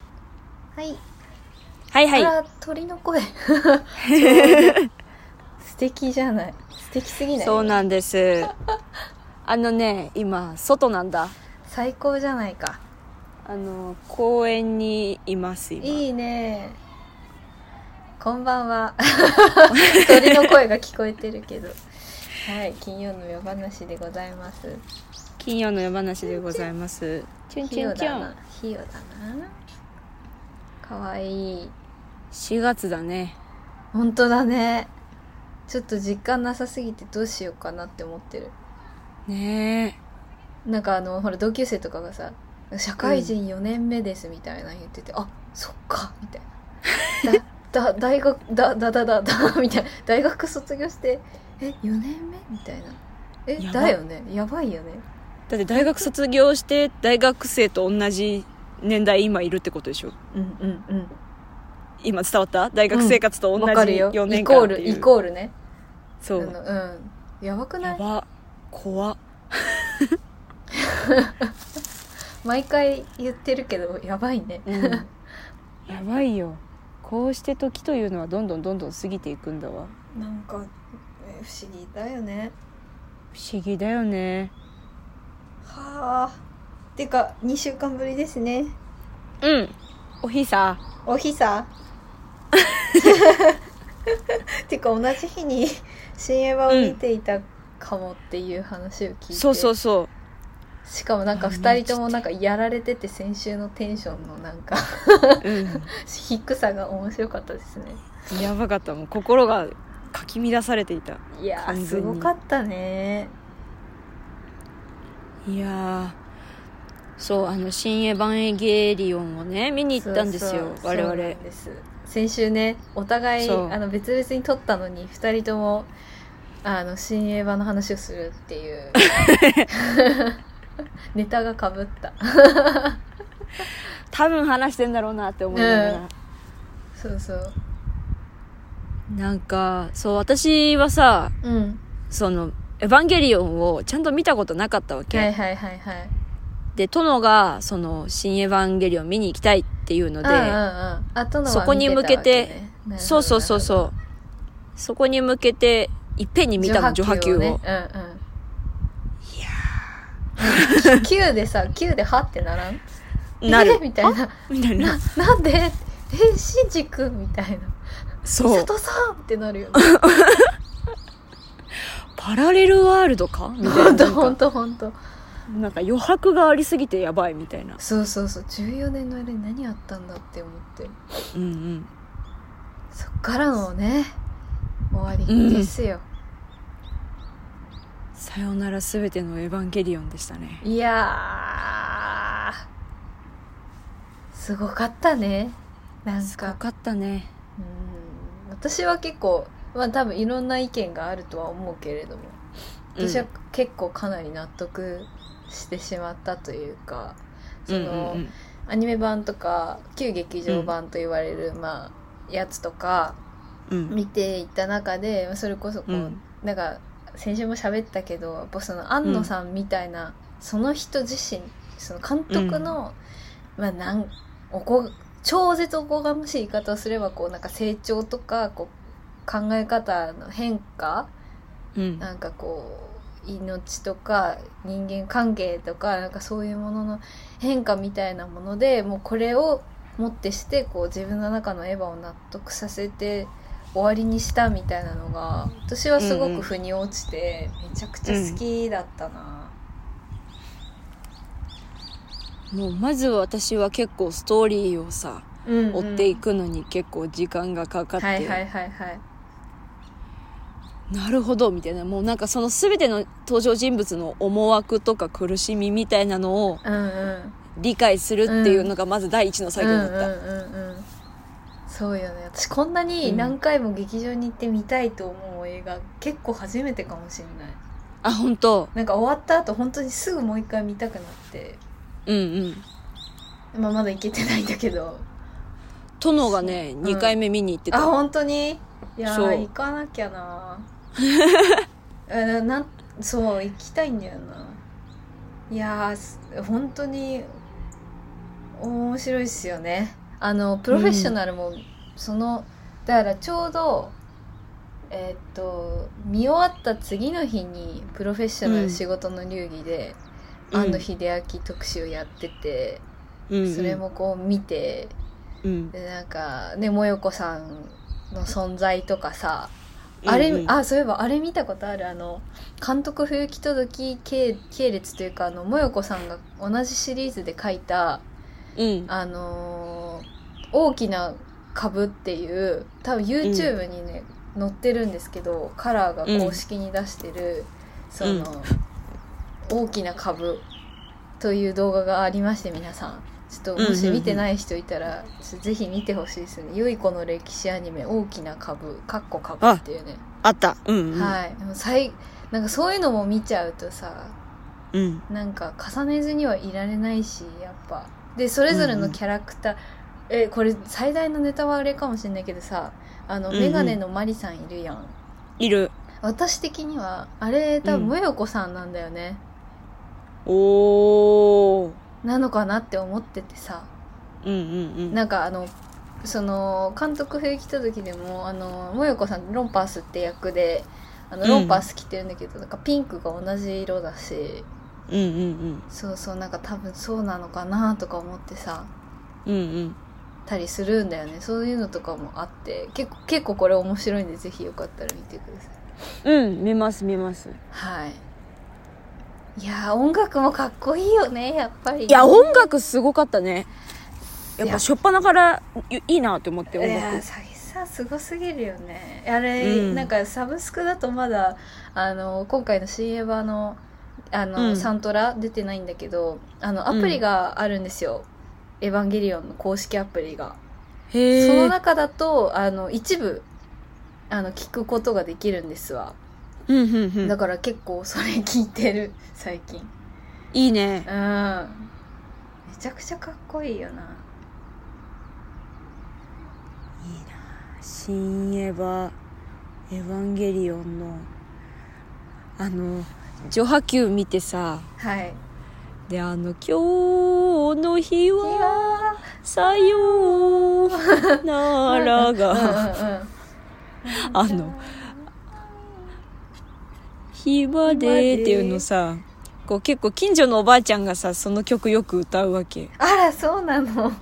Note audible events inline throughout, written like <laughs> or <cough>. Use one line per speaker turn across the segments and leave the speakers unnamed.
はい。
はい
あ
は
ら、鳥の声。 <laughs> 素敵じゃない。素敵すぎ
い。
ない。
そうな
<laughs>
んです。あのね、今、外なんだ。
最高じゃないか。
あの、公園にいます、今。
いいね。こんばん
<laughs>
は。鳥の声が聞こえてるけど。はい、金曜の夜話でございます。
金曜の夜話でございます。チュンチ
ひ
ュ
よ
ンチ
だ
ュン
な。。ひよだな。かわいい。
4月だね。
本当だね。ちょっと実感なさすぎてどうしようかなって思ってる。
ね
なんかあのほら同級生とかがさ「社会人4年目です」みたいな言ってて「あそっか」みたいな「だだ大学だだだだだ」 <laughs> みたいな「大学卒業してえ4年目?」みたいな「え
やば
だよねやばいよね
え。だって大学卒業して、大学生と同じ年代今いるってことでしょ。」
うんうんうん
今伝わった大学生活と同じ
わかるよ
4
イ
年
コ
間
ー
って
ル
いう。
イコールね
そ
あ
う。
のうんやばくな
や
い
ば。怖っ。
毎回言ってるけどやばいね、 <laughs>
うん、やばいよこうして時というのはどんどんどんどん過ぎていくんだわ
なんかえ不思議だよね
不思議だよね
はあてか2週間ぶりですね
うんおひさ
おひさてか同じ日に新エヴァを見ていたかもっていう話を聞いて、
そうそうそう
しかもなんか
あ
2人ともなんかやられてて先週のテンションのなんか
<laughs> う
低さが面白かったですね
んやばかったもう心がかき乱されていた
いや
完
ーす
全に
ごかったね
いやーそうあの「新エヴァンエゲリオン」をね見に行ったんですよ
そうそう
我
そう
々
なんです先週ねお互い
そう
あの別々に撮ったのに2人ともあの新エヴァの話をするっていう
<laughs>
ネタがかぶった
多分話してんだろうなって思いながら、
うんそうそう
なんかそう私はさ
うん
その「エヴァンゲリオン」をちゃんと見たことなかったわけ、
はいはいはいはい
で殿がその「新エヴァンゲリオン」見に行きたいっていうので、
うんうんうんあとのは
そこに向けて
見たわね
そうそうそ
な
う
る
そうそこに向けていっぺんに見たの
ほど
除波球を
ねうんうんい <laughs> や9でさ9で「は」ってならん
な
え
る
ーみたいな
みたいな
ななんでえしんじくんみたいな「
そ
佐
う
藤さん!」ってなるよね
パラレルワールドか <laughs> みたいな
ほん <laughs> と
な
ほ
ん
ん
か
とほんと
なんか余白がありすぎてやばいみたいな
そうそうそう14年の間に何あったんだって思って
うん
そっからのね終わりですよ、
うんさよならすべてのエヴァンゲリオンでしたね
いやーすごかったねなん
すご
か
かったね
うん私は結構まあ多分いろんな意見があるとは思うけれども
うん
私は結構かなり納得してしまったというか、
う
そ
んう
の、
んうん
アニメ版とか旧劇場版と言われる、まあやつとか
うん
見ていった中でそれこそこう、
うん
なんか先週も喋ったけどやっぱその庵野さんみたいな、その人自身その監督の、まあなんおこ超絶おこがましい言い方をすればこうなんか成長とかこう考え方の変化
うん
なんかこう命とか人間関係とかなんかそういうものの変化みたいなものでもうこれをもってしてこう自分の中のエヴァを納得させて終わりにしたみたいなのが私はすご
うんう
く
ん
腑に落ちてめちゃくちゃ好きだったな。
もうまず私は結構ストーリーをさ
うん
追っていくのに結構時間がかかって、
はいはいはいはい。
なるほどみたいなもうなんかその全ての登場人物の思惑とか苦しみみたいなのを
うんうん。
理解するっていうのがまず第一の作業だった、
うんうんうんうんそうよね私こんなに何回も劇場に行って見たいと思う映画、結構初めてかもしれない
あ本当
なんか終わった後本当にすぐもう一回見たくなって、
うんうん
まあ、まだ行けてないんだけど
殿がね、
うん
二2回目見に行って
あ
た
本当にいや
そう
ー行かなきゃ
<laughs>
なあのなんそう行きたいんだよないやーす本当に面白いっすよねあのプロフェッショナルもその、だからちょうどえーっと見終わった次の日にプロフェッショナル仕事の流儀で、
うん
庵野秀明特集をやってて、
うん
それもこう見て
うん
でなんかねもよこさんの存在とかさあれ、
うん
あそういえばあれ見たことあるあの監督不行き届き系系列というかあのもよこさんが同じシリーズで書いた
うん
あのー大きな株っていう多分 YouTube にね、載ってるんですけどカラーが公式に出してる、その、
うん
大きな株という動画がありまして皆さんちょっともし見てない人いたら、ちょっとぜひ見てほしいですね「よい子の歴史アニメ大きな株」「かっこ株」っていうね、
あったうんうん
はいでもさいなんかそういうのも見ちゃうとさ
うん
なんか重ねずにはいられないしやっぱでそれぞれのキャラクター、えこれ最大のネタはあれかもしれないけどさあの、
うんうん
メガネのマリさんいるやん
いる
私的にはあれ多
う
分
ん
もよこさんなんだよね、
おー
なのかなって思っててさ
うんうんうん
なんかあのその監督風来た時でもあのもよこさんロンパースって役であの
うん
ロンパース着てるんだけど、なんかピンクが同じ色だし
うんうん
そうそうなんか多分そうなのかなとか思ってさ
うんうんうん
たりするんだよねそういうのとかもあって結構結構これ面白いんでぜひよかったら見てください
うん見ます見ます
はいいやー音楽もかっこいいよねやっぱり
いや音楽すごかったねやっ
いや
ぱ初っ端からいいいなって思って
い
音
やー
楽
詐欺さんすごすぎるよねあれ、
うん
なんかサブスクだとまだあの今回の CA バーのあの、
うん
サントラ出てないんだけどあのアプリがあるんですよ、エヴァンゲリオンの公式アプリが
へ
その
え
中だとあの一部あの聞くことができるんですわ
うんうんう
だ
ん
から結構それ聞いてる <laughs> 最近うん
いい
め
ね
ちゃくちゃかっこいいよない
いな新エヴァエヴァンゲリオンのあの序波球見てさ
はい
であの「今日の日はさようなら <laughs> が」あの「ひばで」っていうのさこう結構近所のおばあちゃんがさその曲よく歌うわけ
あらそうなの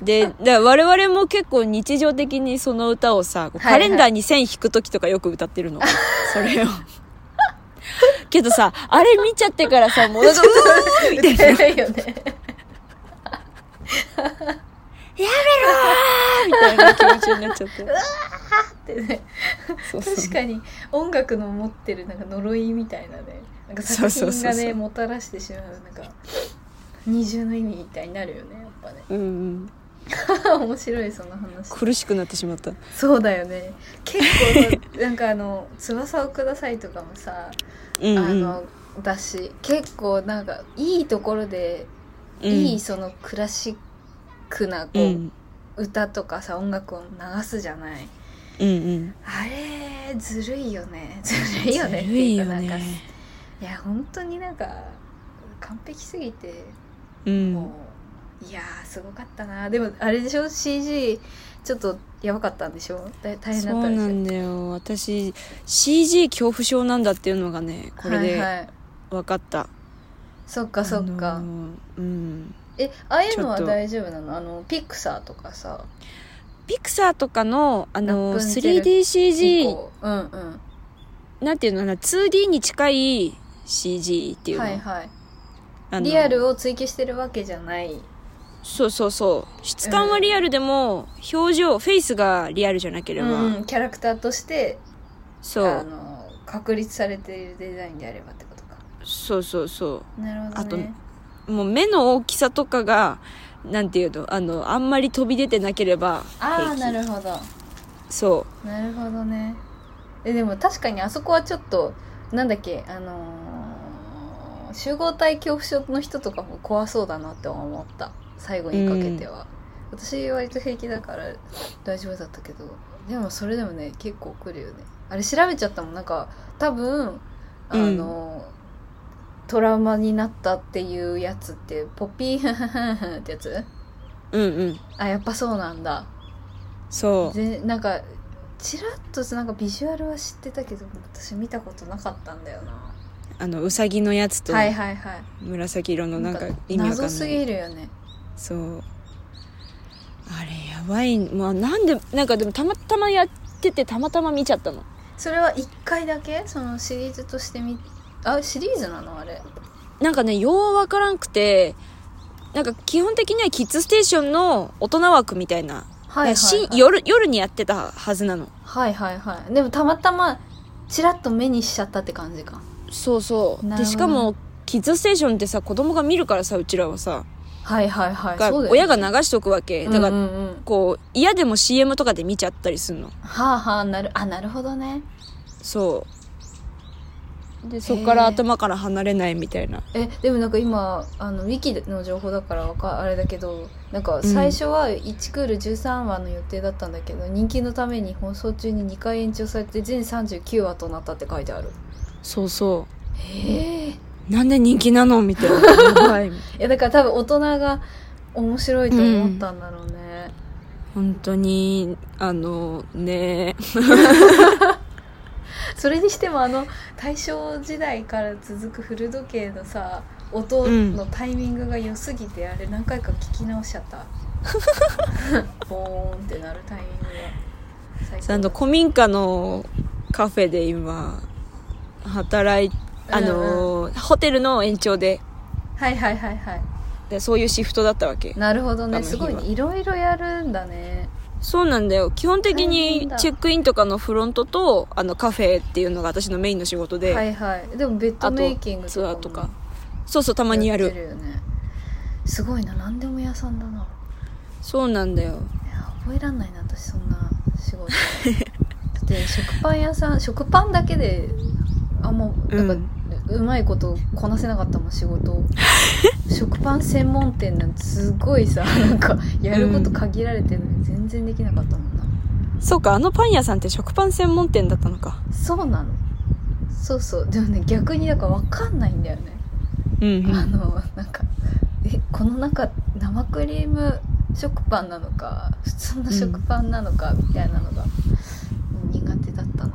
でで我々も結構日常的にその歌をさこう
はいは
カ
い
レンダーに線引く時とかよく歌っ
<laughs>
てるの、それをけどさあれ見ちゃってからさ
<laughs>
もうなんかうーみたいな
歌えないよね
みたいな気持ちになっちゃって
ってね
そうそう
確かに音楽の持ってるなんか呪いみたいなねなんか作
そうそ
品
うそう
が
そ
ね
う
もたらしてしまうなんか二重の意味みたいになるよねやっぱね <laughs>
うんうん、
面白いその話
苦しくなってしまった
そうだよね結構なんかあの「翼をください」とかもさ、
うんうん
あのだし結構なんかいいところで、
うん
いいそのクラシックなこう、
うん
歌とかさ音楽を流すじゃない
うんうん
あれずるいよね <laughs> ずるいよねって
ずるい
い
よ
うかなんか
ね
いや本当になんか完璧すぎて
う
も
ん
う、いやーすごかったなでもあれでしょ CG ちょっとやばかったんでしょ大大変だ
そ
ったでしょ
うなんだよ私 CG 恐怖症なんだっていうのがねこれ
はい
で
はい、
分かった、
そっかそっか、
あのーうん
えああいうのは
ちょっと
大丈夫なのあのピクサーとかさ
ピクサーとかの、あの
ラ
ー、
プンツェル
3DCG
こううんうん
なんていうのかな 2D に近い CG っていうの,、
はいはい
あの
リアルを追求してるわけじゃない
そうそうそう質感はリアルでも、表情フェイスがリアルじゃなければ、
うんキャラクターとして
そ
あ
う
の確立されているデザインであればってことか
そうそうそ
なるほど、ね、
あとうもう目の大きさとかがなんていうのあのあんまり飛び出てなければ
ああ
平気
なるほど
そ
なるほどねえでも確かにあそこはちょっとなんだっけあのー集合体恐怖症の人とかも怖そうだなって思った最後にかけては、私割と平気だから大丈夫だったけどでもそれでもね結構来るよねあれ調べちゃったもんなんか多分あのートラウマになったっていうやつってポピーってやつ
ううんうん
あやっぱそうなんだ
そう
でなんかちらっとなんかビジュアルは知ってたけど私見たことなかったんだよな
あのうさぎのやつと
はいはいはい
紫色のなんか意味わかんない
謎すぎるよね
そうあれやばいまあなんでなんかでもたまたまやっててたまたま見ちゃったの
それは1回だけそのシリーズとしてみあシリーズなのあれ
なんかねようわからんくてなんか基本的にはキッズステーションの大人枠みたいな、
はいはい
し
はい
夜夜にやってたはずなの
はいはいはいでもたまたまちらっと目にしちゃったって感じか
そうそう
なるほど
でしかもキッズステーションってさ子供が見るからさうちらはさ
はいはいはい
が
そうだよね
親が流しとくわけだから、
うんうんうん
こう嫌でも CM とかで見ちゃったりするの
はあはあなるあなるほどね
そうでそっから頭から離れないみたいな
えでもなんか今あのウィキの情報だからわかあれだけどなんか最初は1クール13話の予定だったんだけど、人気のために放送中に2回延長されて全39話となったって書いてある
そうそ
へえ
うなんで人気なのみたいなやばい
いやだから多分大人が面白いと思ったんだろうね、
本当にあのね
それにしてもあの大正時代から続く古時計のさ音のタイミングが良すぎて、あれ何回か聞き直しちゃった <laughs> ボーンってなるタイミングが最高
あの古民家のカフェで今働いあの、ホテルの延長で
はいはいはいはい
でそういうシフトだったわけ
なるほど
あ
ね
の日
す
は
ごいねいろいろやるんだね
そうなんだよ基本的
大
に
変だ
チェックインとかのフロントとあのカフェっていうのが私のメインの仕事で、
はいはいでもベッド
あ
メイキング
と
と
ツア
か
ー
も
とかそうそうたまにやる
ってよねすごいな何でも屋さんだな
そうなんだよ
いや覚えらんないな私そんな仕事
<laughs>
だって食パン屋さん食パンだけであんまなんか、う
うん
まいことこなせなかったもん仕事
<laughs>
を食パン専門店なんてすごいさなんかやること限られてるのに全然できなかったもんな、
そうかあのパン屋さんって食パン専門店だったのか
そうなのそうそうでもね逆にだから分かんないんだよね、
うん
あのなんかえこの中生クリーム食パンなのか普通の食パンなのかみたいなのが苦手だったな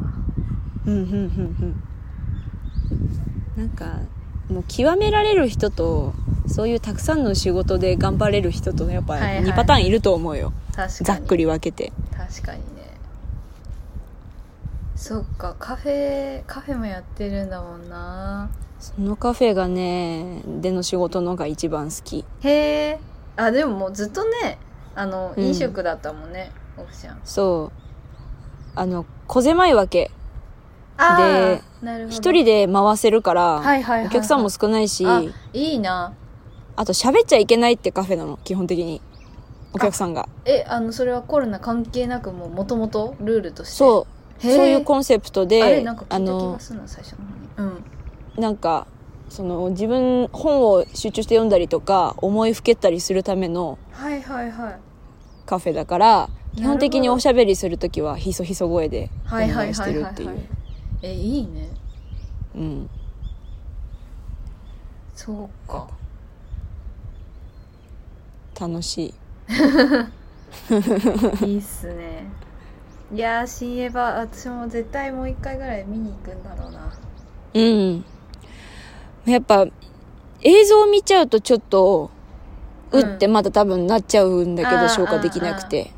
うんうんうんうんなんかもう極められる人とそういうたくさんの仕事で頑張れる人とやっぱ
はいはい
2パターンいると思うよ、
確
ざ
か
っ
に
くり分けて
確かにねそっかカフェカフェもやってるんだもんな
そのカフェがねでの仕事のが一番好き
へえあでももうずっとねあの
うん
飲食だったもんね、オフシャン
そうあの小狭いわけ
ああなるほど
一人で回せるか
はい
ら、
はいはいはい
お客さんも少ないし
あ
あ
いいな
と喋っちゃいけないってカフェなの基本的にお客さんが
えあのそれはコロナ関係なくもうもともとルールとして
そううそういうコンセプトで
あれなんか聞いた
あ
気
の
がするな最初の方にうん
なんかその自分本を集中して読んだりとか思いふけったりするための
はいはいはい
カフェだから基本的
な
に
るほど
おしゃべりする時はひそひそ声でお
はいは
願
い
いし
は
て
い
る
は
って
い
い
はいうえいいね
うん
そうか
楽しい
いいっすね <laughs> いやー新エヴァ私も絶対もう一回ぐらい見に行くんだろうな
うんやっぱ映像を見ちゃうとちょっと
う
うんってまた多分なっちゃうんだけ
あ
ど
ー
消化できなくて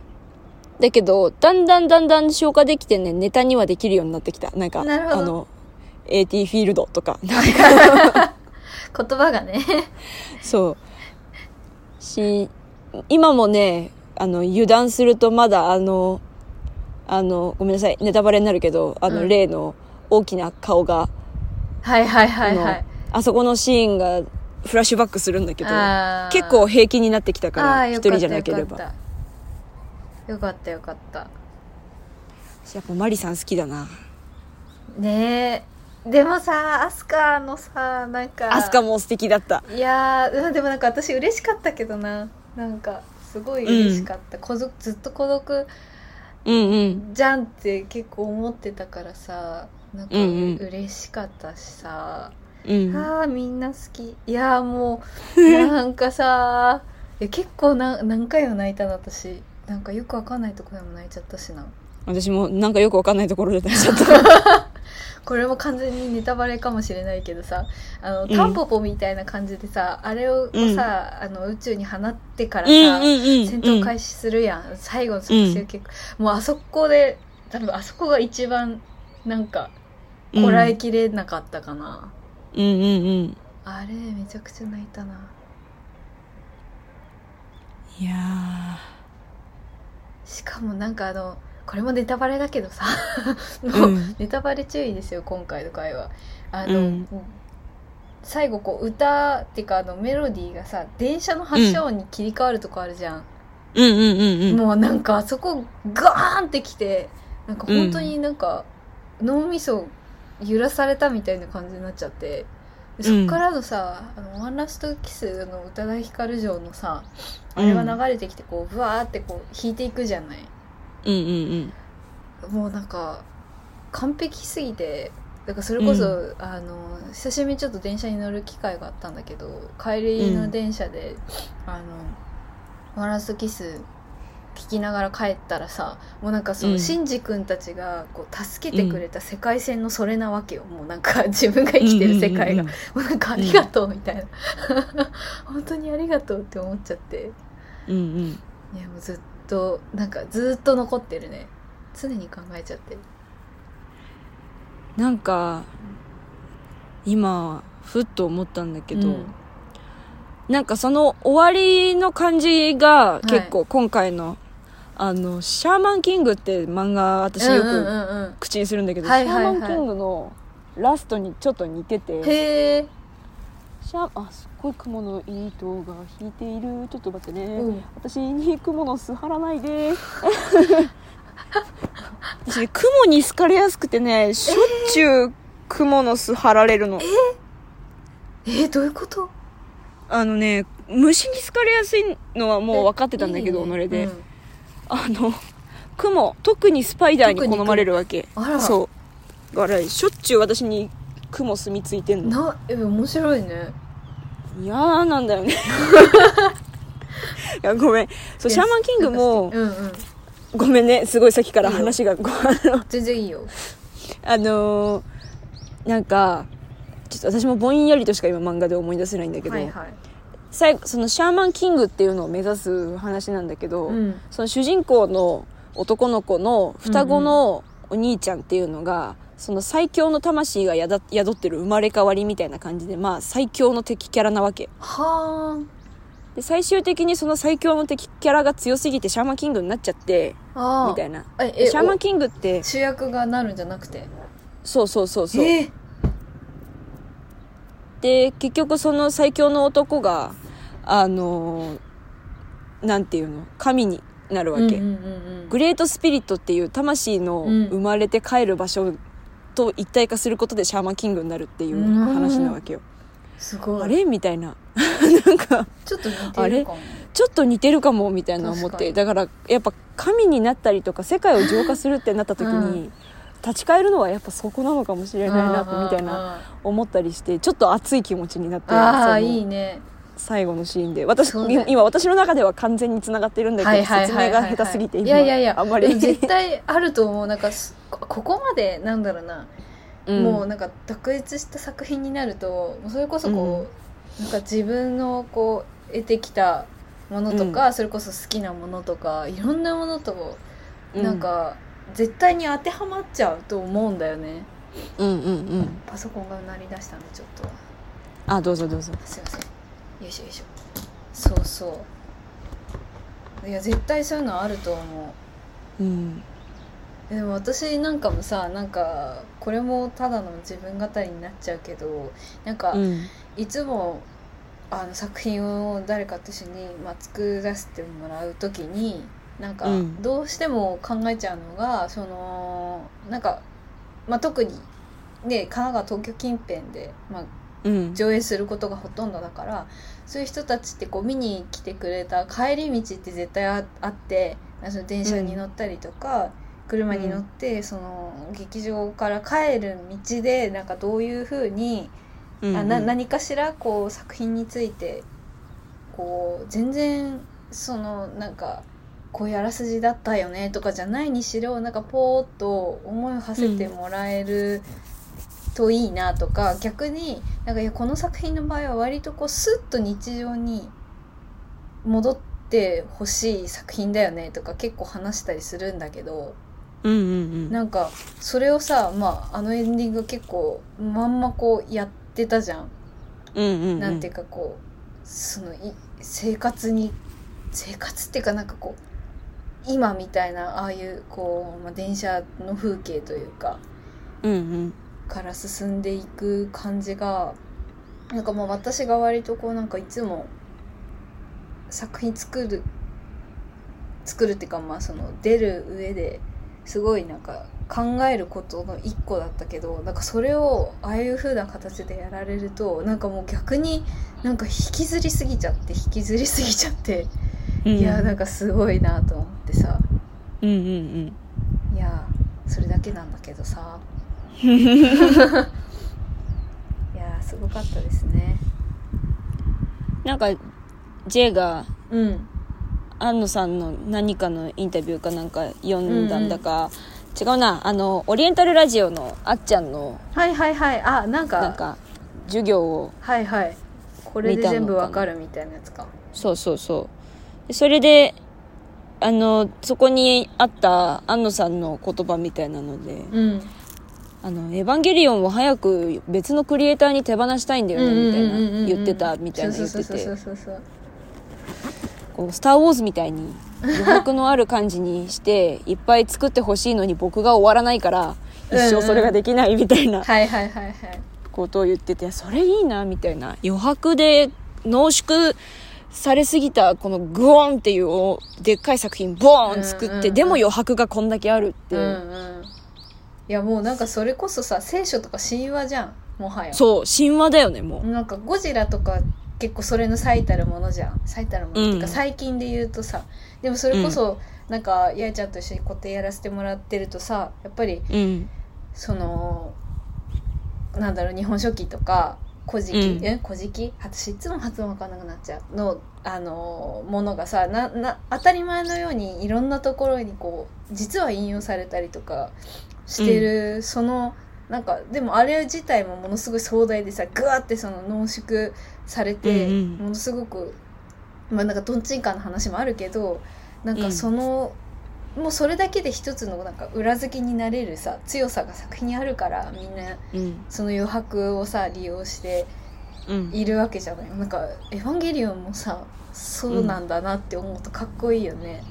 だけどだんだんだんだん消化できてねネタにはできるようになってきたなんか
なるほど
あの AT フィールドとか <laughs>
言葉がね <laughs>
そう。し、今もね、あの、油断するとまだあの、あの、ごめんなさい、ネタバレになるけど、あの、
うん
例の大きな顔が、
はいはいはいは
あ
い
のあそこのシーンがフラッシュバックするんだけど、
あー
結構平気になってきたか
あ
ら、
ーよ
一
かった
人じゃなければ。
よかったよかったよかっ
やっぱマリさん好きだな。
たねえでもさアスカのさなんか
アスカも素敵だった。
いやーうんでもなんか私嬉しかったけどななんかすごい嬉しかった、孤独ずっと孤独
うんうん。
じゃんって結構思ってたからさなんか
うんうん
嬉しかったしさ、
うん。 <laughs>
あーみんな好きいやーもうなんかさや結構な何回も泣いたの私なんかよくわかんないとこでも泣いちゃったしな
私もなんかよくわかんないところで泣いちゃった。
これも完全にネタバレかもしれないけどさあの
ん
タンポポみたいな感じでさ、あれをさ、あの宇宙に放ってから
う
さ、
んうんうん。
戦闘開始するやん、最後の作戦結果、もうあそこで多分あそこが一番なんか
うん
こらえきれなかったかな、
うんうんうん。
あれめちゃくちゃ泣いたない
や
しかもなんかあのこれもネタバレだけどさ
ー。
も
う
う、
ん。
ネタバレ注意ですよ今回の回はあ
う
の、
ん
最後こう歌っていうかあのメロディーがさ電車の発車音に切り替わるとこあるじゃん、
うんうんうんうん。
もうなんかあそこガーンってきてなんか本当になんか脳みそ揺らされたみたいな感じになっちゃってでそっからのさ「あのワンラストキス」の宇多田ヒカル城のさあれが流れてきてこうブワーってこう弾いていくじゃない
うんうん
もうなんか完璧すぎてだからそれこそ、
う
あの久しぶりにちょっと電車に乗る機会があったんだけど帰りの電車で「あのワンラストキス」聞きながら帰ったらさもうなんかそうの
ん
シンジ君たちがこう助けてくれた世界線のそれなわけよ、もうなんか自分が
う
生
ん。
きてる世界が、
うん
もうなんかありがとうみたいな <laughs> 本当にありがとうって思っちゃって
うんうん。
いやもうずっとなんかずっと残ってるね常に考えちゃってる
なんか、今、ふっと思ったんだけど、
うん
なんかその終わりの感じが結構今回の、あの、シャーマンキングって漫画私よ
うんう
く
んうんうん
口にするんだけど、
はいはいはい
シャーマンキングのラストにちょっと似てて、
へえ、
シャーあ、すっごい雲の糸が引いている。ちょっと待ってね。
うん、
私に雲の巣張らないで <laughs> 私ね雲に好かれやすくてねしょっちゅう雲の巣張られるの、
えー、どういうこと
あのね虫に好かれやすいのはもう分かってたんだけど
いいね
己で、
うん
あの雲特にスパイダーに好まれるわけ
あら
そうだからしょっちゅう私に雲住みついてんの
なえ面白いね
嫌なんだよ
<laughs>
ねいやごめんそうシャーマンキング
う
も
んうん
ごめんねすごいさっきから話がこうあの
全然いいよ
あのーなんかちょっと私もぼんやりとしか今漫画で思い出せないんだけど、
はいはい
最後そのシャーマンキングっていうのを目指す話なんだけど、
うん
その主人公の男の子の双子のお兄ちゃんっていうのが、その最強の魂がやだ宿ってる生まれ変わりみたいな感じで、まあ、最強の敵キャラなわけ
はーん
で最終的にその最強の敵キャラが強すぎてシャーマンキングになっちゃって
あー
みたいな
ええ
シャーマンキングって
お主役がなるんじゃなくて
そうそうそうそう、
えー
で結局その最強の男があのーなんていうの神になるわ
うんうん
け、
うん
グレートスピリットっていう魂の
うん
生まれて帰る場所と一体化することでシャーマンキングになるっていう話なわけよ、
すごい
あれみたいななんか
ちょっと似てるかも
ちょっと似てるかもみたいな思っ
確か
て
に
だからやっぱ神になったりとか世界を浄化するってなった時に、
うん
立ち返るのはやっぱそこなのかもしれないなみたいな
な
思ったりしてちょっと熱い気持ちになって
あ
その
あーいいね
最後のシーンで私、
そうだよ
今私の中では完全につながってるんだけど、
はいはいはいはいはい
説明が下手すぎて今
いやいやいや
あんまり
絶対あると思うなんかすこここまでなんだろうなもう
<laughs> う
なんか卓越した作品になるともうそれこそこう、なんか自分のこう得てきたものとか、それこそ好きなものとかいろんなものと
う
なん、か絶対に当てはまっちゃうと思うんだよね、
うんうんうん
パソコンが鳴り出したんでちょっと
あどうぞどうぞ
すいませんよいしょよいしょそうそういや絶対そういうのあると思う
うん
でも私なんかもさなんかこれもただの自分語りになっちゃうけどなんか、
うん
いつもあの作品を誰かと一緒に、まあ、作らせてもらう時になんか
うん
どうしても考えちゃうのが、そのなんか、まあ、特に、ね、神奈川東京近辺で、まあ、
うん
上映することがほとんどだからそういう人たちってこう見に来てくれた帰り道って絶対ああってその電車に乗ったりとか、車に乗って、その劇場から帰る道でなんかどういうふうに。
うん
あな何かしらこう作品についてここう全然そのなんかこういうあらすじだったよねとかじゃないにしろなんかポーっと思いを馳せてもらえるといいなとか、逆になんかいやこの作品の場合は割とこうスッと日常に戻ってほしい作品だよねとか結構話したりするんだけど。
うんうん
なんかそれをさ、まあ、あのエンディング結構まんまこうやってたじゃん。
うんうんうん
なんていうかこうそのい生活に生活っていうかなんかこう今みたいなああいうこう、まあ、電車の風景というか
うんうん
から進んでいく感じがなんかもう私が割とこうなんかいつも作品作る作るっていうかまあその出る上ですごいなんか考えることの一個だったけどなんかそれをああいう風な形でやられるとなんかもう逆になんか引きずりすぎちゃって引きずりすぎちゃって、
うん
いやーなんかすごいなと思ってさ
うんうん
いやーそれだけなんだけど <laughs> さいやーすごかったですね
うんなんか J が
うん
安野さんの何かのインタビューかなんか読んだんだか、違うなあのオリエンタルラジオのあっちゃんの
はいはいはいあなんか
なんか授業を
はいはいこれで全部わかるみたいなやつか
そうそうそうでそれであのそこにあった安野さんの言葉みたいなので
うん
「あのエヴァンゲリオンを早く別のクリエイターに手放したいんだよね」みたい
うんうんうんうんう
なん言ってたみたいな言って
そう
て
そうそうそうそう
こうスター・ウォーズ」みたいに余白のある感じにしていっぱい作ってほしいのに僕が終わらないから一生それができないみたいな
はいはいはいはい
ことを言っててそれいいなみたいな余白で濃縮されすぎたこのグオンっていうおでっかい作品ボーン作って、
うんうんうん
でも余白がこんだけあるって、
うんうんいやもうなんかそれこそさ聖書とか神話じゃんもはや
そう神話だよねも
なんかゴジラとか結構それの最たるものじゃん最たるものっていう
うん
か最近で言うとさでもそれこそなんか八重ちゃんと一緒に固定やらせてもらってるとさやっぱり
ううん
そのなんだろう「日本書紀」とか「古事記」
うん
え古事記私いつも発音わかんなくなっちゃうのあのものがさなな当たり前のようにいろんなところにこう実は引用されたりとかしてる、そのなんかでもあれ自体もものすごい壮大でさグワーってその濃縮されて、
うんうん
ものすごくまあなんかどんちんかの話もあるけどなん
う
か
ん
その、もうそれだけで一つのなんか裏付けになれるさ強さが作品にあるからみんな
うん
その余白をさ利用して
うん
いるわけじゃないなんか「エヴァンゲリオン」もさそうなんだなって思うとかっこいいよね。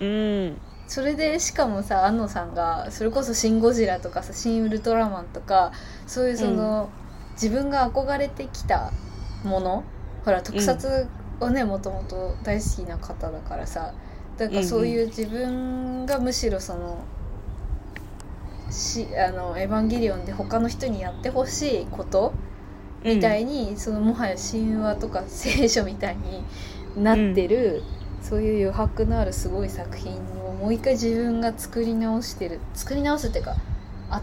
うん
それでしかもさ安野さんがそれこそ「シン・ゴジラ」とかさ「シン・ウルトラマン」とかそういうその、自分が憧れてきたものほら特撮をねもともと大好きな方だからさだからそういう自分がむしろその「しあのエヴァンゲリオン」で他の人にやってほしいことみたいに、そのもはや神話とか聖書みたいになってる、そういう余白のあるすごい作品をもう一回自分が作り直してる作り直すっていうか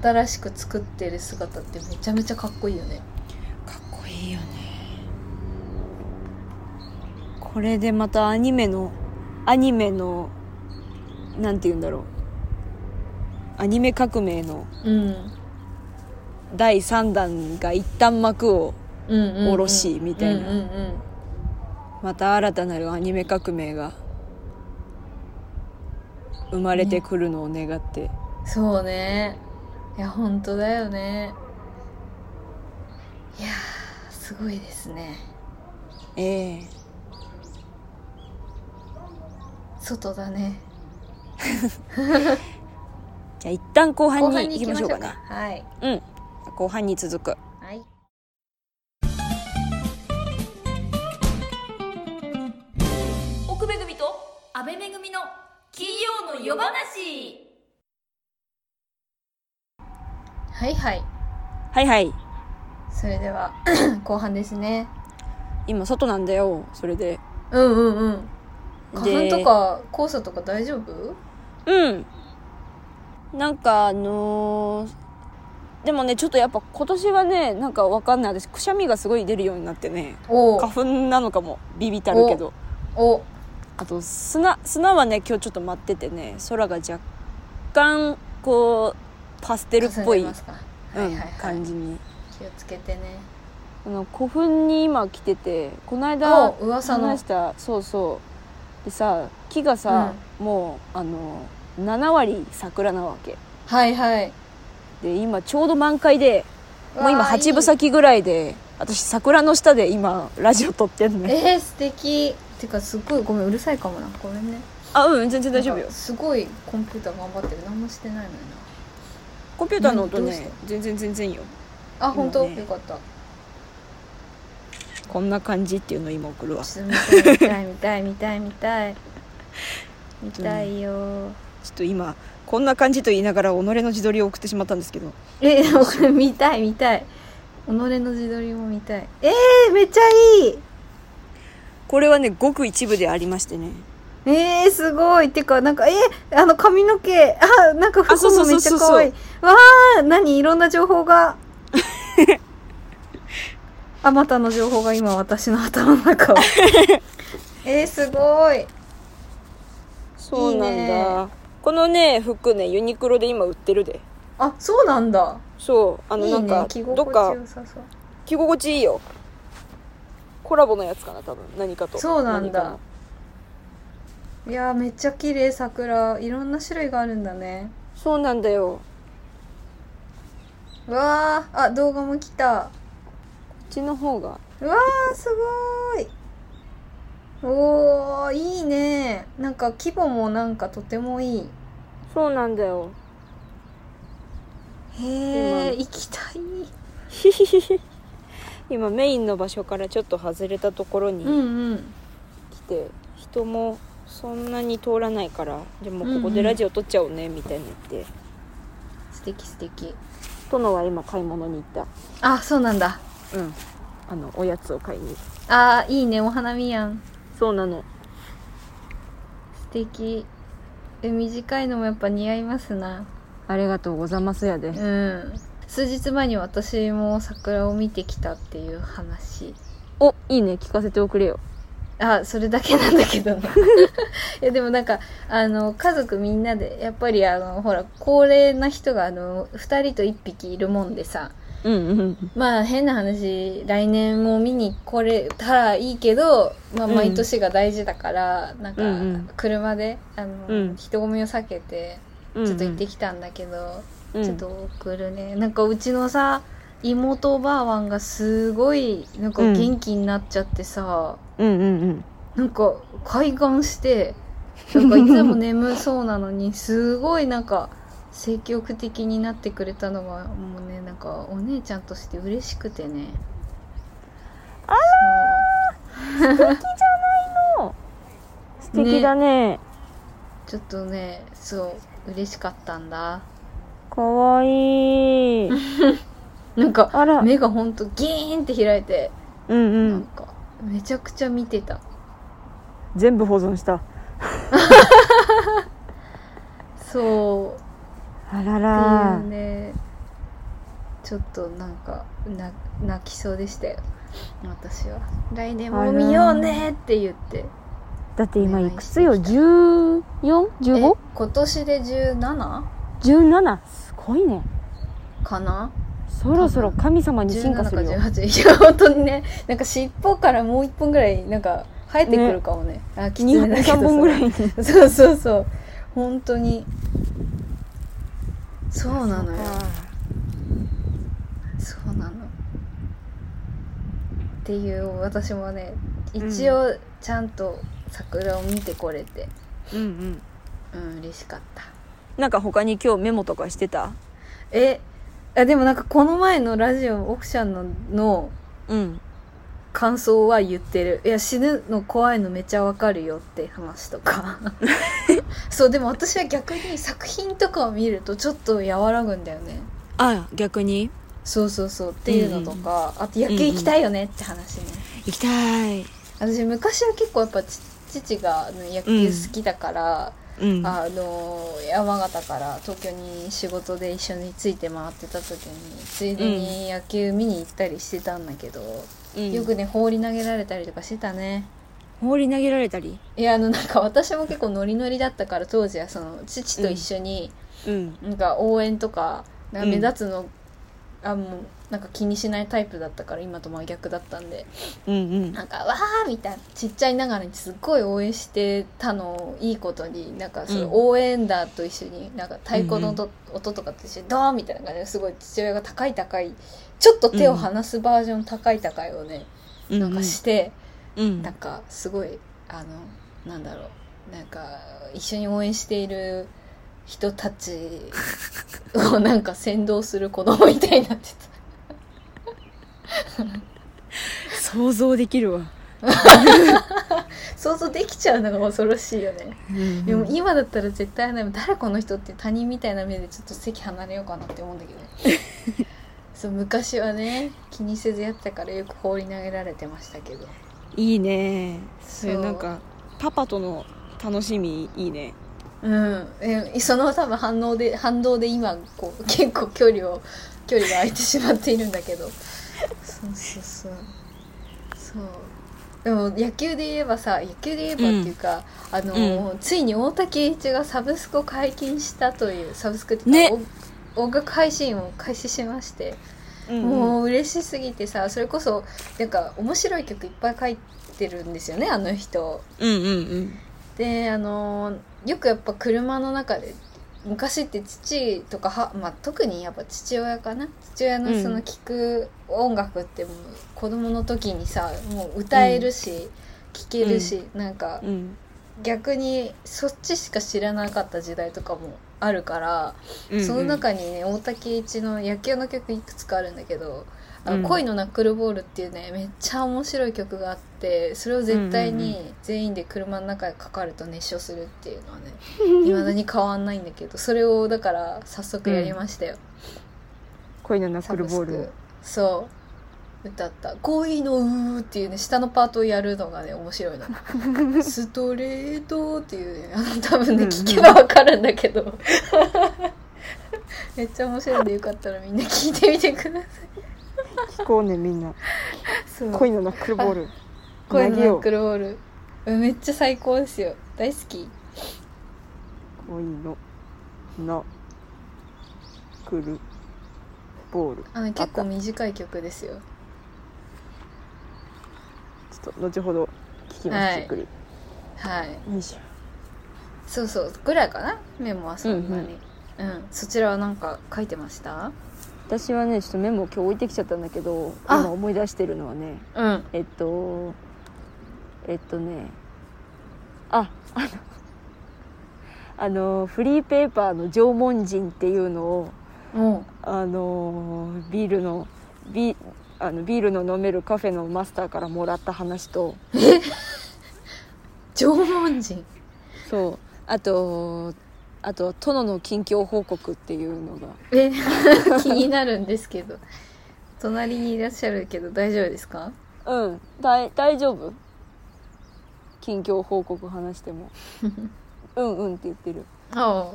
新しく作ってる姿ってめちゃめちゃかっこいいよね。
かっこいいよねこれでまたアニメのアニメのなんて言うんだろうアニメ革命の
うん、
第3弾が一旦幕を
うんうんうん
おろしみたいな
うんうんうん
また新たなるアニメ革命が生まれてくるのを願って、
そうねいや本当だよねいやーすごいですね
ええ
外だね
じゃあ一旦後
後
半
半
に
に
行
行
き
き
ま
ま
し
し
ょ
ょ
う
う
か
か
ね
はい
うん後半に続く
はい
奥めぐみと安倍めぐみの金曜の夜話
はいはい
はいはい
それでは <clears throat> 後半ですね
今外なんだよそれで
うんうんうん花粉
で
とか黄砂とか大丈夫
うんなんかあのーでもねちょっとやっぱ今年はねなんかわかんない私くしゃみがすごい出るようになってね
お
花
う
粉なのかもビビたるけど
お
あと砂砂はね今日ちょっと舞っててね空が若干こうパステルっぽい
霞んでますか
う
は
ん
いはいはい、
感じに
気をつけてね
あの古墳に今来ててこの
あ
間
噂の
話したそうそうでさ木がさ、もうあの7割桜なわけ
はいはい
で今ちょうど満開でもう今
わあ
8分
いい
咲きぐらいで私桜の下で今ラジオ撮ってんね
えー、素敵てかすっごいごめんうるさいかもなごめんね
<laughs> あうん全然大丈夫
な
よ
んかすごいコンピューター頑張ってる何もしてないのよ
コンピューターの音
うんどうし
ね
た
全然全然よ
なあ本当、
今ね
よかった
こんな感じっていうのを今送るわち
ちょっと見たい見たい見たい見た
<laughs>
い見たいよ
ょっと今こんな感じと言いながら己の自撮りを送ってしまったんですけど
えこれ見たい見たい己の自撮りも見たいえー、めっちゃいい
これはねごく一部でありましてね
えー、すごいてかなんかえー、あの髪の毛あなんか
あそ
服
うそ
もめ
うそ
っ
う
ち
そ
ゃ
うそう
可愛いわあ何いろんな情報
<laughs>
があまたの情報が今私の頭の中をえー、すごい
そうなんだ
いいね
このね服ねユニクロで今売ってるで
あそうなんだ
そうあの
いい
なんか
ね着心
どっか
地よさそう
着心地いいよコラボのやつかな多分何かと
そうなんだ
何かの
いやーめっちゃ綺麗桜いろんな種類があるんだね
そうなんだよこ
うわーあ動画も来た
っちの方が
うわーすごーいおーいいねなんか規模もなんかとてもいい
そうなんだよ
へえ
う
行きたい
ひひひひ今メインの場所からちょっと外れたところ
うん
に
うん
来て、人もそんなに通らないからでも
うんうん
ここでラジオ撮っちゃおうねみたいになって、
素敵素敵
殿は今買い物に行っ
あそうなんだ
たうんあのおやつを買いに
あーいいねお花見やん
そうなの
素敵え短いのもやっぱ似合いますな
ありがとうございますやで
うん数日前に私も桜を見てきたっていう話
おいいね聞かせておくれよ
あそれだけなんだけどね <laughs> いやでもなんかあの家族みんなでやっぱりあのほら高齢な人があの2人と1匹いるもんでさ
うんうん
まあ変な話来年も見に来れたらいいけど、まあ、
うん
毎年が大事だから、なんか
うんうん
車であの、
うん
人混みを避けて
うん
ちょっと行ってきたんだけど、ちょっと送るね、なんかうちのさ妹おばあわんがすごいなんか
うん
元気になっちゃってさ、
うんうんうん
なんか開眼してなんかいつも眠そうなのに <laughs> すごいなんか積極的になってくれたのがもうねなんかお姉ちゃんとして嬉しくてねあ
素
敵だ
ね
ちょっとねそう嬉しかったんだ
かわいい
なんか
あら
目がほんとギーンって開いて、
うんう
なんかめちゃくちゃ見てた
全部保存した
そう
あ
っ
ら
ていうねちょっとなんかな泣きそうでしたよ私は来年も見ようねって言って
だって今いくつ
お
よ
願いして
14?15?17?
え今年で17
すごいね
かな
そろそろ神様に進
17
化す
か
るよ
18いや本当にねなんか尻尾からもう1本ぐらいなんか生えてくるかもねあきついんだけど
23本ぐらいに
それそうそうそう本当にそうなのよそうなのっていう私もね一応ちゃんと桜を見てこれて
うんうん
うん、嬉しかった
なんか他に今日メモとかしてた
えあでもなんかこの前のラジオオクシャンのの
うん
感想は言ってるいや死ぬの怖いのめちゃわかるよって話と <laughs> かそうでも私は逆に作品とかを見るとちょっと和らぐんだよね
あ逆に
そうそうそうっていうのとか、あと野球行きたいよねって話ね、
行きたい
私昔は結構やっぱち父があの野球好きだから、
うん
あの山形から東京に仕事で一緒について回ってた時についでに野球見に行ったりしてたんだけど、
うん
よくね放り投げられたりとかしてたね
放り投げられたり
いやあのなんか私も結構ノリノリだったから当時はその父と一緒に
うん
なんか応援とかなんか目立つの、あもうなんか気にしないタイプだったから今と真逆だったんで
うんうん
なんかわーみたいなちっちゃいながらにすっごい応援してたのをいいことになんかその
うん
応援団と一緒になんか太鼓の音,、音とかと一緒にドーンみたいな感じですごい父親が高い高いちょっと手を離すバージョン高い高いをね、
うん
なんかして、
うん
なんかすごいあのなんだろうなんか一緒に応援している人たちをなんか先導する子供みたいになってた。
想像できるわ
想像できちゃうのが恐ろしいよね。
うん
でも今だったら絶対ない誰この人って他人みたいな目でちょっと席離れようかなって思うんだけど
<laughs>
そう昔はね気にせずやってたからよく放り投げられてましたけど
いいねそ
そう
れなんかパパとの楽しみいいね
うんえその多分反応で反動で今こう結構距離を距離が空いてしまっているんだけどそうそうそうそうでも野球で言えばさ野球で言えばっていうか、あのーついに大竹一がサブスクを解禁したというサブスクっていうか、お音楽配信を開始しまして、
うん
もう嬉しすぎてさそれこそなんか面白い曲いっぱい書いてるんですよねあの人。
うんうん
であのーよくやっぱ車の中で昔って父とかは、まあ、特にやっぱ父親かな父親の
うん
その聴く音楽ってもう子供の時にさもう歌えるし聴、けるし、なんか
うんうん
逆にそっちしか知らなかった時代とかもあるから、
うん
その中にね大竹一の野球の曲いくつかあるんだけど「あの
うん
恋のナックルボール」っていうねめっちゃ面白い曲があってそれを絶対に全員で車の中でかかると熱唱するっていうのはねい <laughs> まだに変わんないんだけどそれをだから早速やりましたよ、
恋のナッ
サ
クル
ブス
ボー
ク
ル
そう歌った「恋のうー」っていうね下のパートをやるのがね面白い
<laughs>
の「ストレート」っていうねあの多分ね
うんうん
聞けばわかるんだけど <laughs> めっちゃ面白いんでよかったらみんな聞いてみてくださ
聞こうねみんない
そう
恋のナックルボール投
<laughs> 恋のナ
げよ
ッ
う
クルボールうんめっちゃ最高ですよ大好き
恋のナックルボール
あの結
あ
構
っ
短い曲ですよ
たちょっと後ほど聞きます
はい
じっくり
はい
よいしょ
そうそうぐらいかなメモはそんなに、うんそちらはなんか書いてました
私はねちょっとメモ今日置いてきちゃったんだけど
あ
今思い出してるのはね
うん
えっとえっとねああのあのフリーペーパーの縄文人っていうのを
も
あのビールのビあのビールの飲めるカフェのマスターからもらった話と
う縄文人
そうあとあと殿の近況報告っていうのが
え <laughs> 気になるんですけど隣にいらっしゃるけど大丈夫ですか
うんだい大丈夫近況報告話してもうんうんって言ってる
<laughs> あ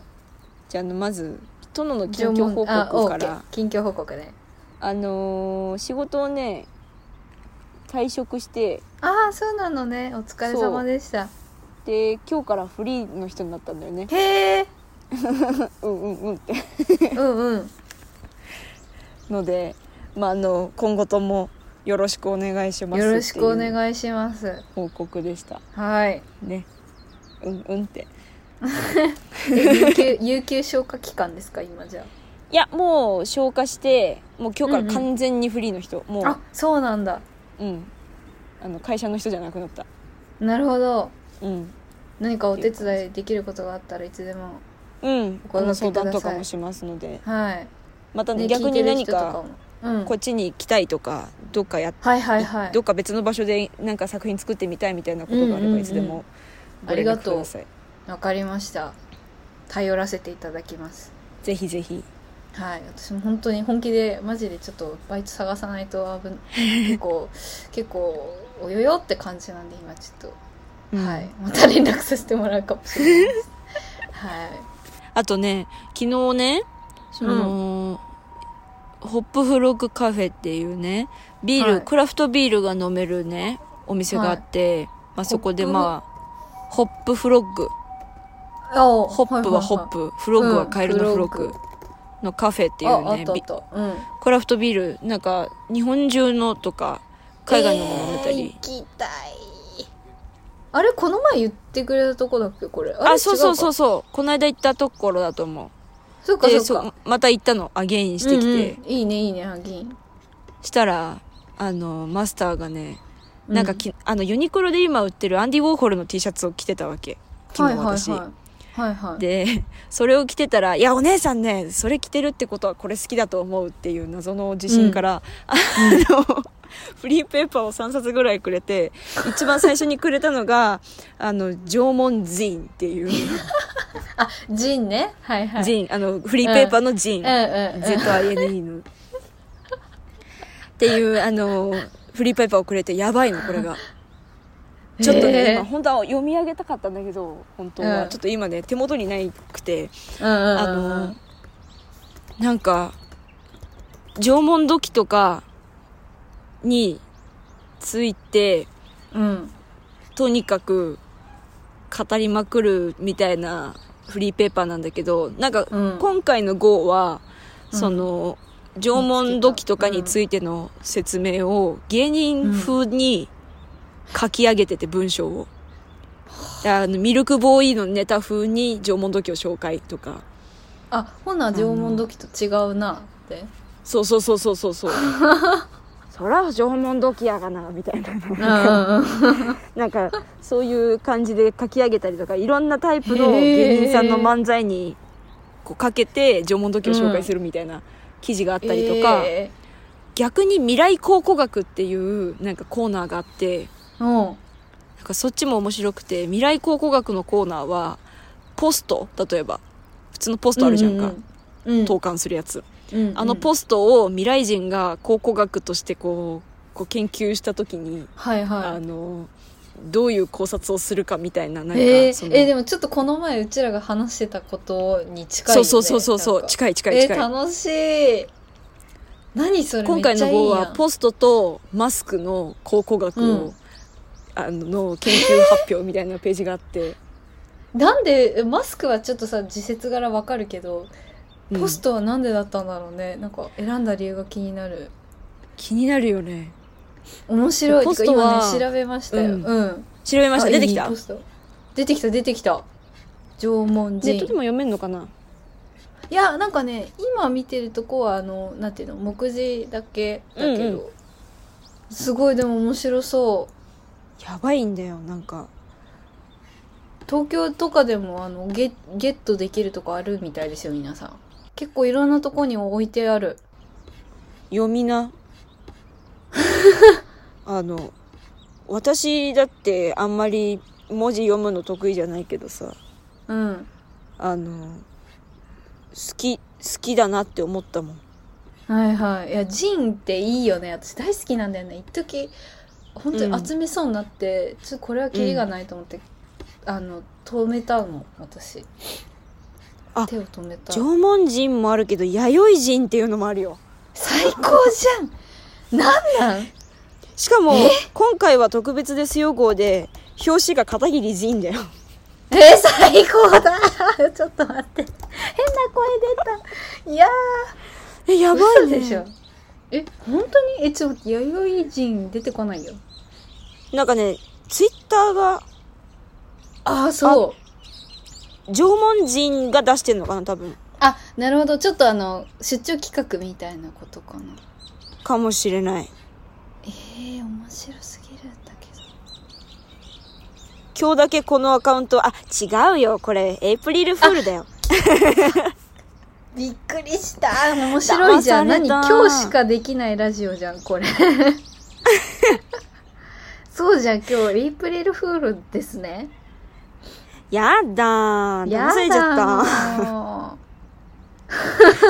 じゃああのまず殿の
あ
近況報告から
近況報告ね
あのー仕事をね退職して
ああそうなのねお疲れ様でした
で今日からフリーの人になったんだよね
へえ
うんうんうんって
<laughs> うんうん
ので、まあ、あの今後ともよろしくお願いします
よろしくお
い
願いします
報告でした
<laughs> はい
ねうんうんって
え有給有給消化期間ですか今じゃ
いやもう消化してもう今日か
うん
ら
うん
完全にフリーの人、もう
ああそうなんだ
うんあの会社の人じゃなくなった
なるほど
うん
何かお手伝いできることがあったらいつでも
うん
お声掛け
この相談とか
くださ
も
い
しますので
はい
また、
ね
逆
聞いて
に
る
何
人と
か
もうん
こっちに来たいとかどっかやっ
はいはいはい
どっか別の場所でなんか作品作ってみたいみたいなことがあ
うんう
れ
んう
ば
ん
いつでもご連絡ください、
わかりました頼らせていただきます
ぜひぜひ
はい私も本当に本気でマジでちょっとバイト探さないと危ん結構結構およよって感じなんで今ちょっと、
うん
はいまた連絡させてもらうかもしれないです
あとね、昨日ね、その、ホップフロッグカフェっていうね、ビール、
はい
クラフトビールが飲めるね、お店があって、まあそこでまあ、ホップフロッグ、ホップはホップ、フロッグはカエルのフロッ
うんフ
グ
ロ
のカフェってい
あ
う
あっ
ね
た、
ビ
あった、うん、
クラフトビール、なんか日本中のとか、海外のも飲めたり。
えー行きたいあれこの前言ってくれたとこだっけこれあ
あそうそうそううそうこの間行ったところだと思
そう
う
か
で
そうか
そうまた行ったのアゲインしてきて、
うんうんいいねいいねハギン
したらあのマスターがねなんかき、あのユニクロで今売ってるアンディ・ウォーホルの T シャツを着てたわけ昨
は
日
いはい
私、
はいはいはい
で <laughs> それを着てたら「いやお姉さんねそれ着てるってことはこれ好きだと思う」っていう謎の自信から、あの、 <laughs> フリーペーパーを3冊ぐらいくれて一番最初にくれたのが「あの縄文寺院」っていう
あジンねはいはい
寺院あのフリーペーパーの寺院、
うんうんうん
ZINE の。っていう、あの、フリーペーパーをくれて、やばいの、これが。ちょっとね、
へー
今、本当は読み上げたかったんだけど、本当は。
うん
ちょっと今ね、手元にないくて、
うんうんうん
あの、なんか、縄文土器とかについて、
うん
とにかく語りまくるみたいなフリーペーパーなんだけど、なんか
うん
今回の号は、
うん
その、縄文土器とかについての説明を芸人風に書き上げてて文章を。あのミルクボーイのネタ風に縄文土器を紹介とか。
あほな縄文土器と違うなって
そうそうそうそうそ
<laughs>
うそう。そら縄文土器やがな、みたいな。
うんうんうん
なんかそういう感じで書き上げたりとかいろんなタイプの芸人さんの漫才にこうかけて縄文土器を紹介するみたいな記事があったりとか、
え
逆に未来考古学っていうなんかコーナーがあって
ーうん
なんかそっちも面白くて未来考古学のコーナーはポスト例えば普通のポストあるじゃんか、
うんうん
投函するやつ、
うん
あのポストを未来人が考古学としてこうこう研究した時に
はいは
あ
い
のどういう考察をするかみたいななんか、
え
そ
ー、
の
えーでもちょっとこの前うちらが話してたことに近いよ
そう
ね
そうそう
な
そうそうん
か
近い近い近
え
い、
ー楽しい何それ
今回の号
号
はポストとマスクの考古学を、
うん
あのの研究発表みたいなページがあって、
なんでえマスクはちょっとさ自説柄わかるけど
うん
ポストはなんでだったんだろうね、なんか選んだ理由が気になる
気になるよね
面白い
ポストは
てか今ね調べましたよ
うん
うん
調べました
あ
出てきた
いいポスト出てきた出てきた縄文
ネ
人
ットでも読めんのかない
やなんかね今見てるとこはあのなんていうの目次だけだけど、
うんうん
すごいでも面白そう
やばいんだよなんか
東京とかでもあのゲゲットできるとこあるみたいですよ皆さん結構いろんなとこに置いてある
読みな <laughs> あの私だってあんまり文字読むの得意じゃないけどさ
うん
あの好き好きだなって思ったもん
はいはいいやジンっていいよね私大好きなんだよね一時本当
うん
に集めそうになって、ちょっとこれはキリがないと思って、あの止めたの私
あ
手を止めた
縄文人もあるけど弥生人っていうのもあるよ
最高じゃんなん
<laughs>
なん
しかも今回は特別ですよ号で表紙が片桐仁だよ
えー、最高だ <laughs> ちょっと待って変な声出たいやー
えやばい、ね、
嘘でしょえ本当にえちょっと待って弥生人出てこないよ
なんかねツイッターが
ああそう
縄文人が出してんのかな多分
あなるほどちょっとあの出張企画みたいなことかな
かもしれない
えー、面白すぎるんだけど
今日だけこのアカウントあ違うよこれエイプリルフールだよ
びっくりした面白いじゃん
騙さ
何
れた
今日しかできないラジオじゃんこれ <laughs> そうじゃん今日エイプリルフールですね
やだー
や
騙されちゃっ
だも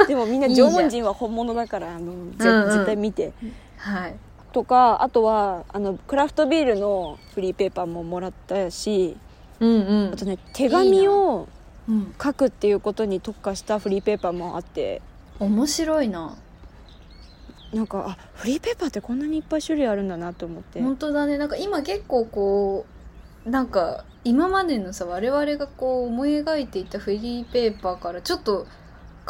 た <laughs> でもみんない
いじゃ
縄
ん
文人は本物だからあの
う
ぜ
んうん
絶対見て
うはい
とかあとはあのクラフトビールのフリーペーパーももらったし
うんう
あ
ん
とね手紙を
うん、
書くっていうことに特化したフリーペーパーもあって
面白いな
なんかあフリーペーパーってこんなにいっぱい種類あるんだなと思って、
本当だねなんか今結構こうなんか今までのさ我々がこう思い描いていたフリーペーパーからちょっと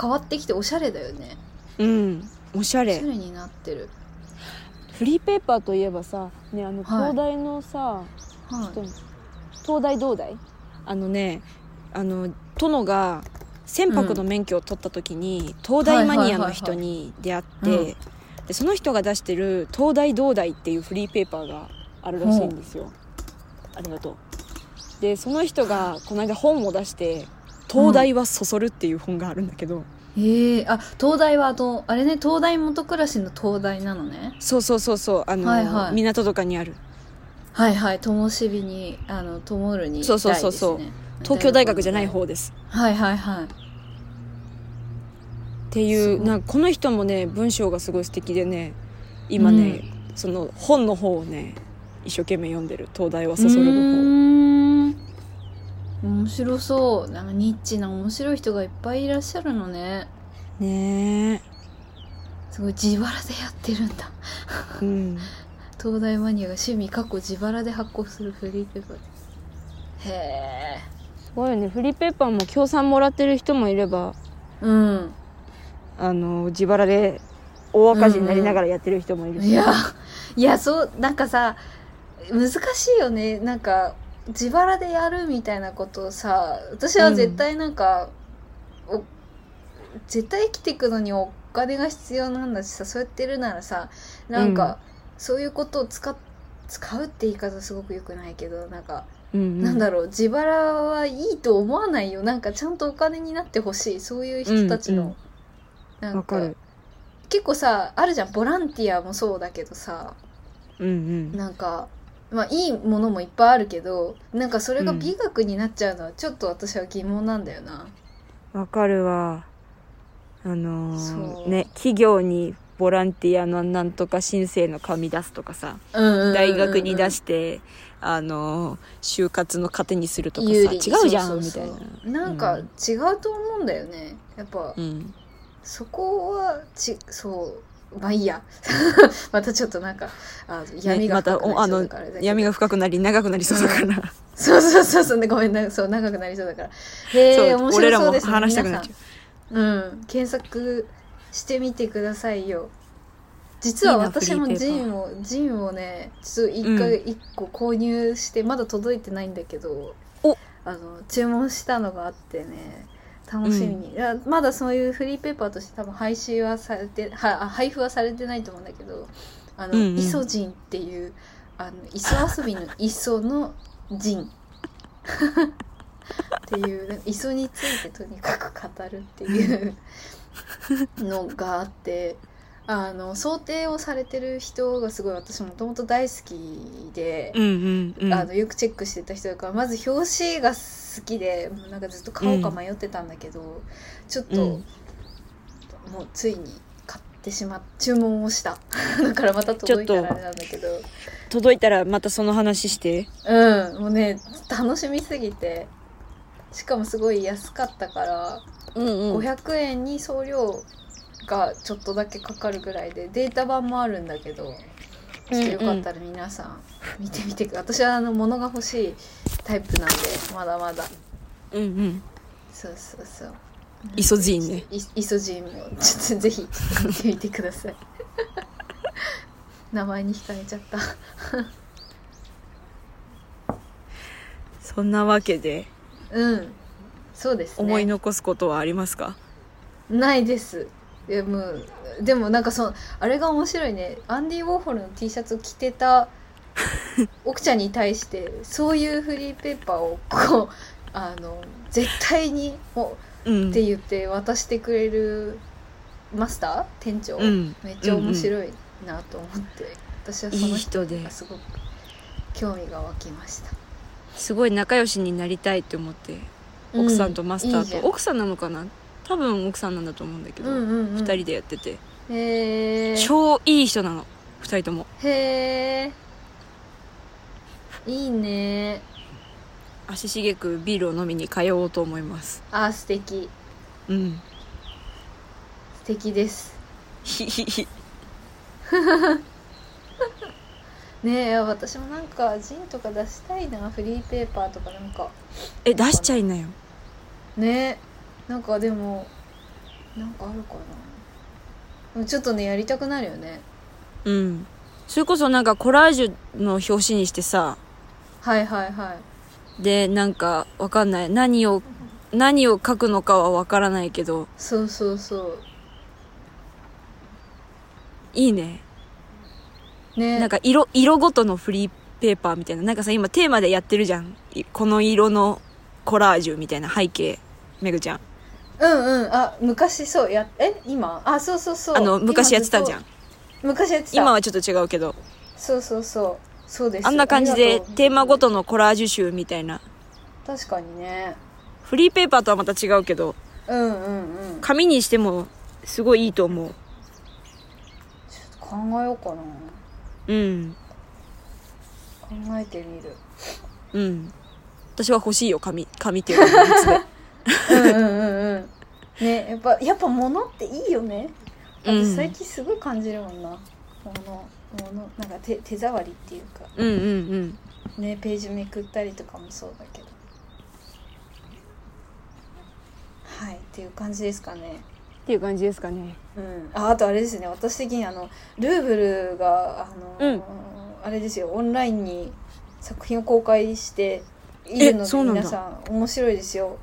変わってきておしゃれだよね
うん、おしゃ
おし
れ
ゃれになってる、
フリーペーパーといえばさ、ね、あの
はい
東大のさ、
は
ちょっと東大同大あのねあの殿が船舶の免許を取った時に、東大マニアの人に出会っ
はいはいはいはいう
てでその人が出してる「東大同大」っていうフリーペーパーがあるらしいんですよ。ありがとうでその人がこの間本を出して「東大はそそる」っていう本があるんだけど、
い、ええあ東大はあのあれね東大元暮らしの東大なのね
そうそうそうそうあの、
はいはい
港とかにある
はいはい灯火にあの灯るに
そうそうそうそう
大ですね
東京大学じゃない方です。
はいはいはい
っていう
すごい
なんかこの人もね文章がすごい素敵でね今ね、その本の方をね一生懸命読んでる東大はそそる
う
の方
ーん面白そうなんかニッチな面白い人がいっぱいいらっしゃるのね
ね
すごい自腹でやってるんだ
えうん
東大マニアが趣味過去自腹で発行するフリーペーパーへえ
すごいよねフリーペーパーも協賛もらってる人もいれば
うん
あの自腹で大赤字になりながらやってる人もいるし、
いやいやそうなんかさ難しいよねなんか自腹でやるみたいなことをさ私は絶対なんか、お絶対生きていくのにお金が必要なんだしさそうやってるならさなんか、そういうことを使っ使うって言い方すごく良くないけどなんか
うんうん
なんだろう自腹はいいと思わないよなんかちゃんとお金になってほしいそういう人たちの、
うんうん
な
わ
ん
か
か
る
結構さあるじゃんボランティアもそうだけどさ
うんうん
なんか、まあ、いいものもいっぱいあるけどなんかそれが
うん
美学になっちゃうのはちょっと私は疑問なんだよな、
わかるわあのー
そう
ね企業にボランティアのなんとか申請の紙出すとかさ、
うんうんうんうん
大学に出して、あの就活の糧にするとかさ
有利
違
に
うじゃん
そうそうそう
みたいな
な
なん
か
う
違
ん
うと思うんだよねやっぱ、
うん
そこはちそうまあいいや <laughs> またちょっとなんかあ闇が
ね
深く
またお
な
あ
りそ
の
うだからあれだけど
闇が深くなり長くなりそうだから、
そうそうそうそう、ごめんな、そう、長くなりそうだから。へえ、
そう
面白そうです、ね。
俺らも話したくなっちゃう
皆さんうん、検索してみてくださいよ。実はい
いな
私も
フリーペ
ジ
ーパー
ンを、ジンをね、ちょっと一回、一個購入して、まだ届いてないんだけど、
お
あの、注文したのがあってね、楽しみに、いやまだそういうフリーペーパーとして多分配信はされて、は、あ配布はされてないと思うんだけど、あの、
うんうん
イソジンっていう、あの、磯遊
<laughs>
びの磯のジン。っていうなんか磯についてとにかく語るっていう
<laughs>
のがあってあの想定をされてる人がすごい私もともと大好きで、
<laughs> うんうんうん
あのよくチェックしてた人だからまず表紙が好きでもうなんかずっと買おうか迷ってたんだけど、ちょっと、
うん
もうついに買ってしまっ注文をした <laughs> だからまた届いたらあれなんだけど
届いたらまたその話して
うんもうね楽しみすぎてしかもすごい安かったから。
うん
500円に送料がちょっとだけかかるぐらいでデータ版もあるんだけどちょっとよかったら皆さん見てみてください私はあの物が欲しいタイプなんでまだまだ
うんうん
そうそうそう
イソジンね
いイソジンもちょっとぜひ見てみてくだ
<laughs>
さい名前に惹かれちゃった
そんなわけで
うんそうですね
思い残すことはありますか、
ないですいやもうでもなんかそのあれが面白いねアンディ・ウォーホルの T シャツを着て
<laughs>
た奥ちゃんに対してそういうフリーペーパーをこうあの絶対にも
うん、
うって言って渡してくれるマスター店長、
うん
めっちゃ面白いなと思って、私はそ
い
の
い
人
人で
がすごく興味が湧きました
すごい仲良しになりたいって思って奥さんとマス
う
ターと、
んいいじゃん
奥さんなのかな多分奥さんなんだと思うんだけど、
う
二
んうんうん、
人でやってて
へー
超いい人なの二人とも
へえいいね
足しげくビールを飲みに通おうと思います
あー素敵
うん
素敵です
ひひひ
ねえ私もなんかジンとか出したいなフリーペーパーとかなんか
え出しちゃいなよ
ねえなんかでもなんかあるかなでもちょっとねやりたくなるよね
うんそれこそなんかコラージュの表紙にしてさ
はいはいはい
でなんかわかんない何を何を書くのかはわからないけど
そうそうそう
いいね
ね
なんか色色ごとのフリーペーパーみたいななんかさ今テーマでやってるじゃんいこの色のコラージュみたいな背景めぐちゃん
うんうんあ昔そうやえ今あそうそうそう
あの昔やってたじゃ
ん
ん
昔やってた
今はちょっと違うけど
そうそうそうそうですよ
あんな感じ
あり
で
がとう
テーマごとのコラージュ集みたいな
確かにね
フリーペーパーとはまた違うけど
うんうんうんちょ
紙にしてもすごいいいと思う
っと考えようかな
うん
考えてみる
うん私は欲しいよ紙紙っていうのは <laughs> 別で
うんうんうんうん <laughs> ねやっぱやっぱ物っていいよね
うん
私最近すごい感じるもんな、物物なんか手手触りっていうか
うんうんうん
ねページめくったりとかもそうだけどはいっていう感じですかね
っていう感じですかね
うん、ああとあれですね私的にあのルーブルがあのー、
うん
あれですよオンラインに作品を公開しているの
え
で
そうなんだ
皆さん面白いですよ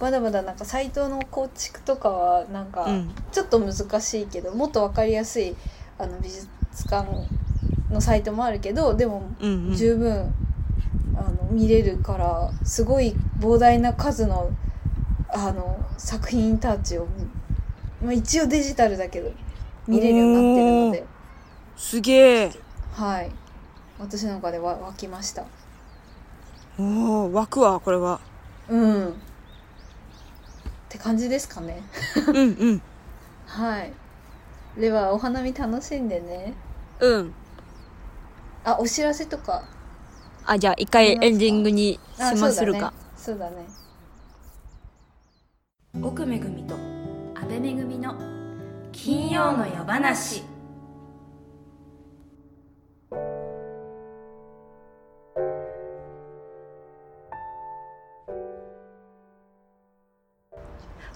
まだまだなんかサイトの構築とかはなんか
うん
ちょっと難しいけど、もっと分かりやすいあの美術館のサイトもあるけどでも
うんうん
十分、あの見れるからすごい膨大な数のあの作品たちを、まあ、一応デジタルだけど見れるようになってるので、
すげえ
はい、私の中では湧きました
おお湧くわこれは
うんって感じですかね <laughs>
うんうん
はいではお花見楽しんでね
うん
あお知らせとか
あじゃあ一回エンディングに
あ
済ませるか
そうだねそうだね
奥めぐみと阿部めぐみの金曜の夜話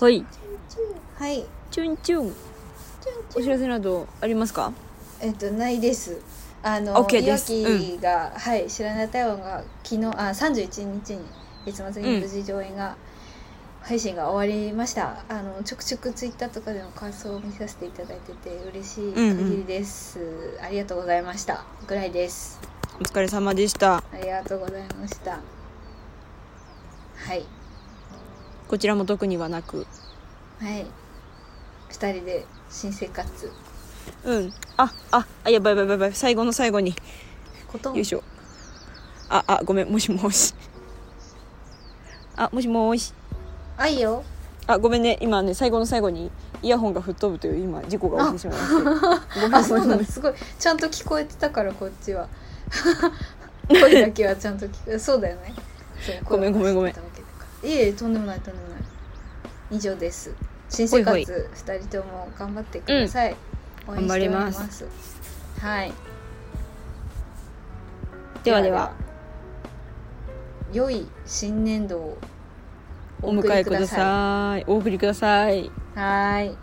はい
はい
チュンチュンお知らせなどありますか
えっとないです。あの、
OK
いわ
です
きが、はい知らない台湾が昨日あ三十一日に月末
う
に
ん
無事上映が、配信が終わりました。あのちょくちょくツイッターとかでも感想を見させていただいてて嬉しい限りです。ありがとうございましたぐらいです。
お疲れ様でした
ありがとうございました。はい
こちらも特にはなく
はい二人で新生活
うんあああやばいやばいやばい最後の最後に
こと
よいしょああごめんもしもしあもしもし
あいよ
あごめんね今ね最後の最後にイヤホンが吹っ飛ぶという今事故が起きてしまいましてごめん
あ、そう
ご
なんの
めごめ
<laughs>
ん
すごい。ちゃんと聞こえてたから、こっちは。 <laughs> 声だけはちゃんと聞こえ、 <laughs> そうだよね。そう
ごめんごめんごめ
声を出し
ん
てたわけだからいえいえ、とんでもない、とんでもない。以上です。新生
ほい
活、二人とも頑張ってください。応援しており
頑張り
ま。
ます
はい。
ではでは。
良い新年度を
お迎えくだ
い。は
さいお送りください
ーい。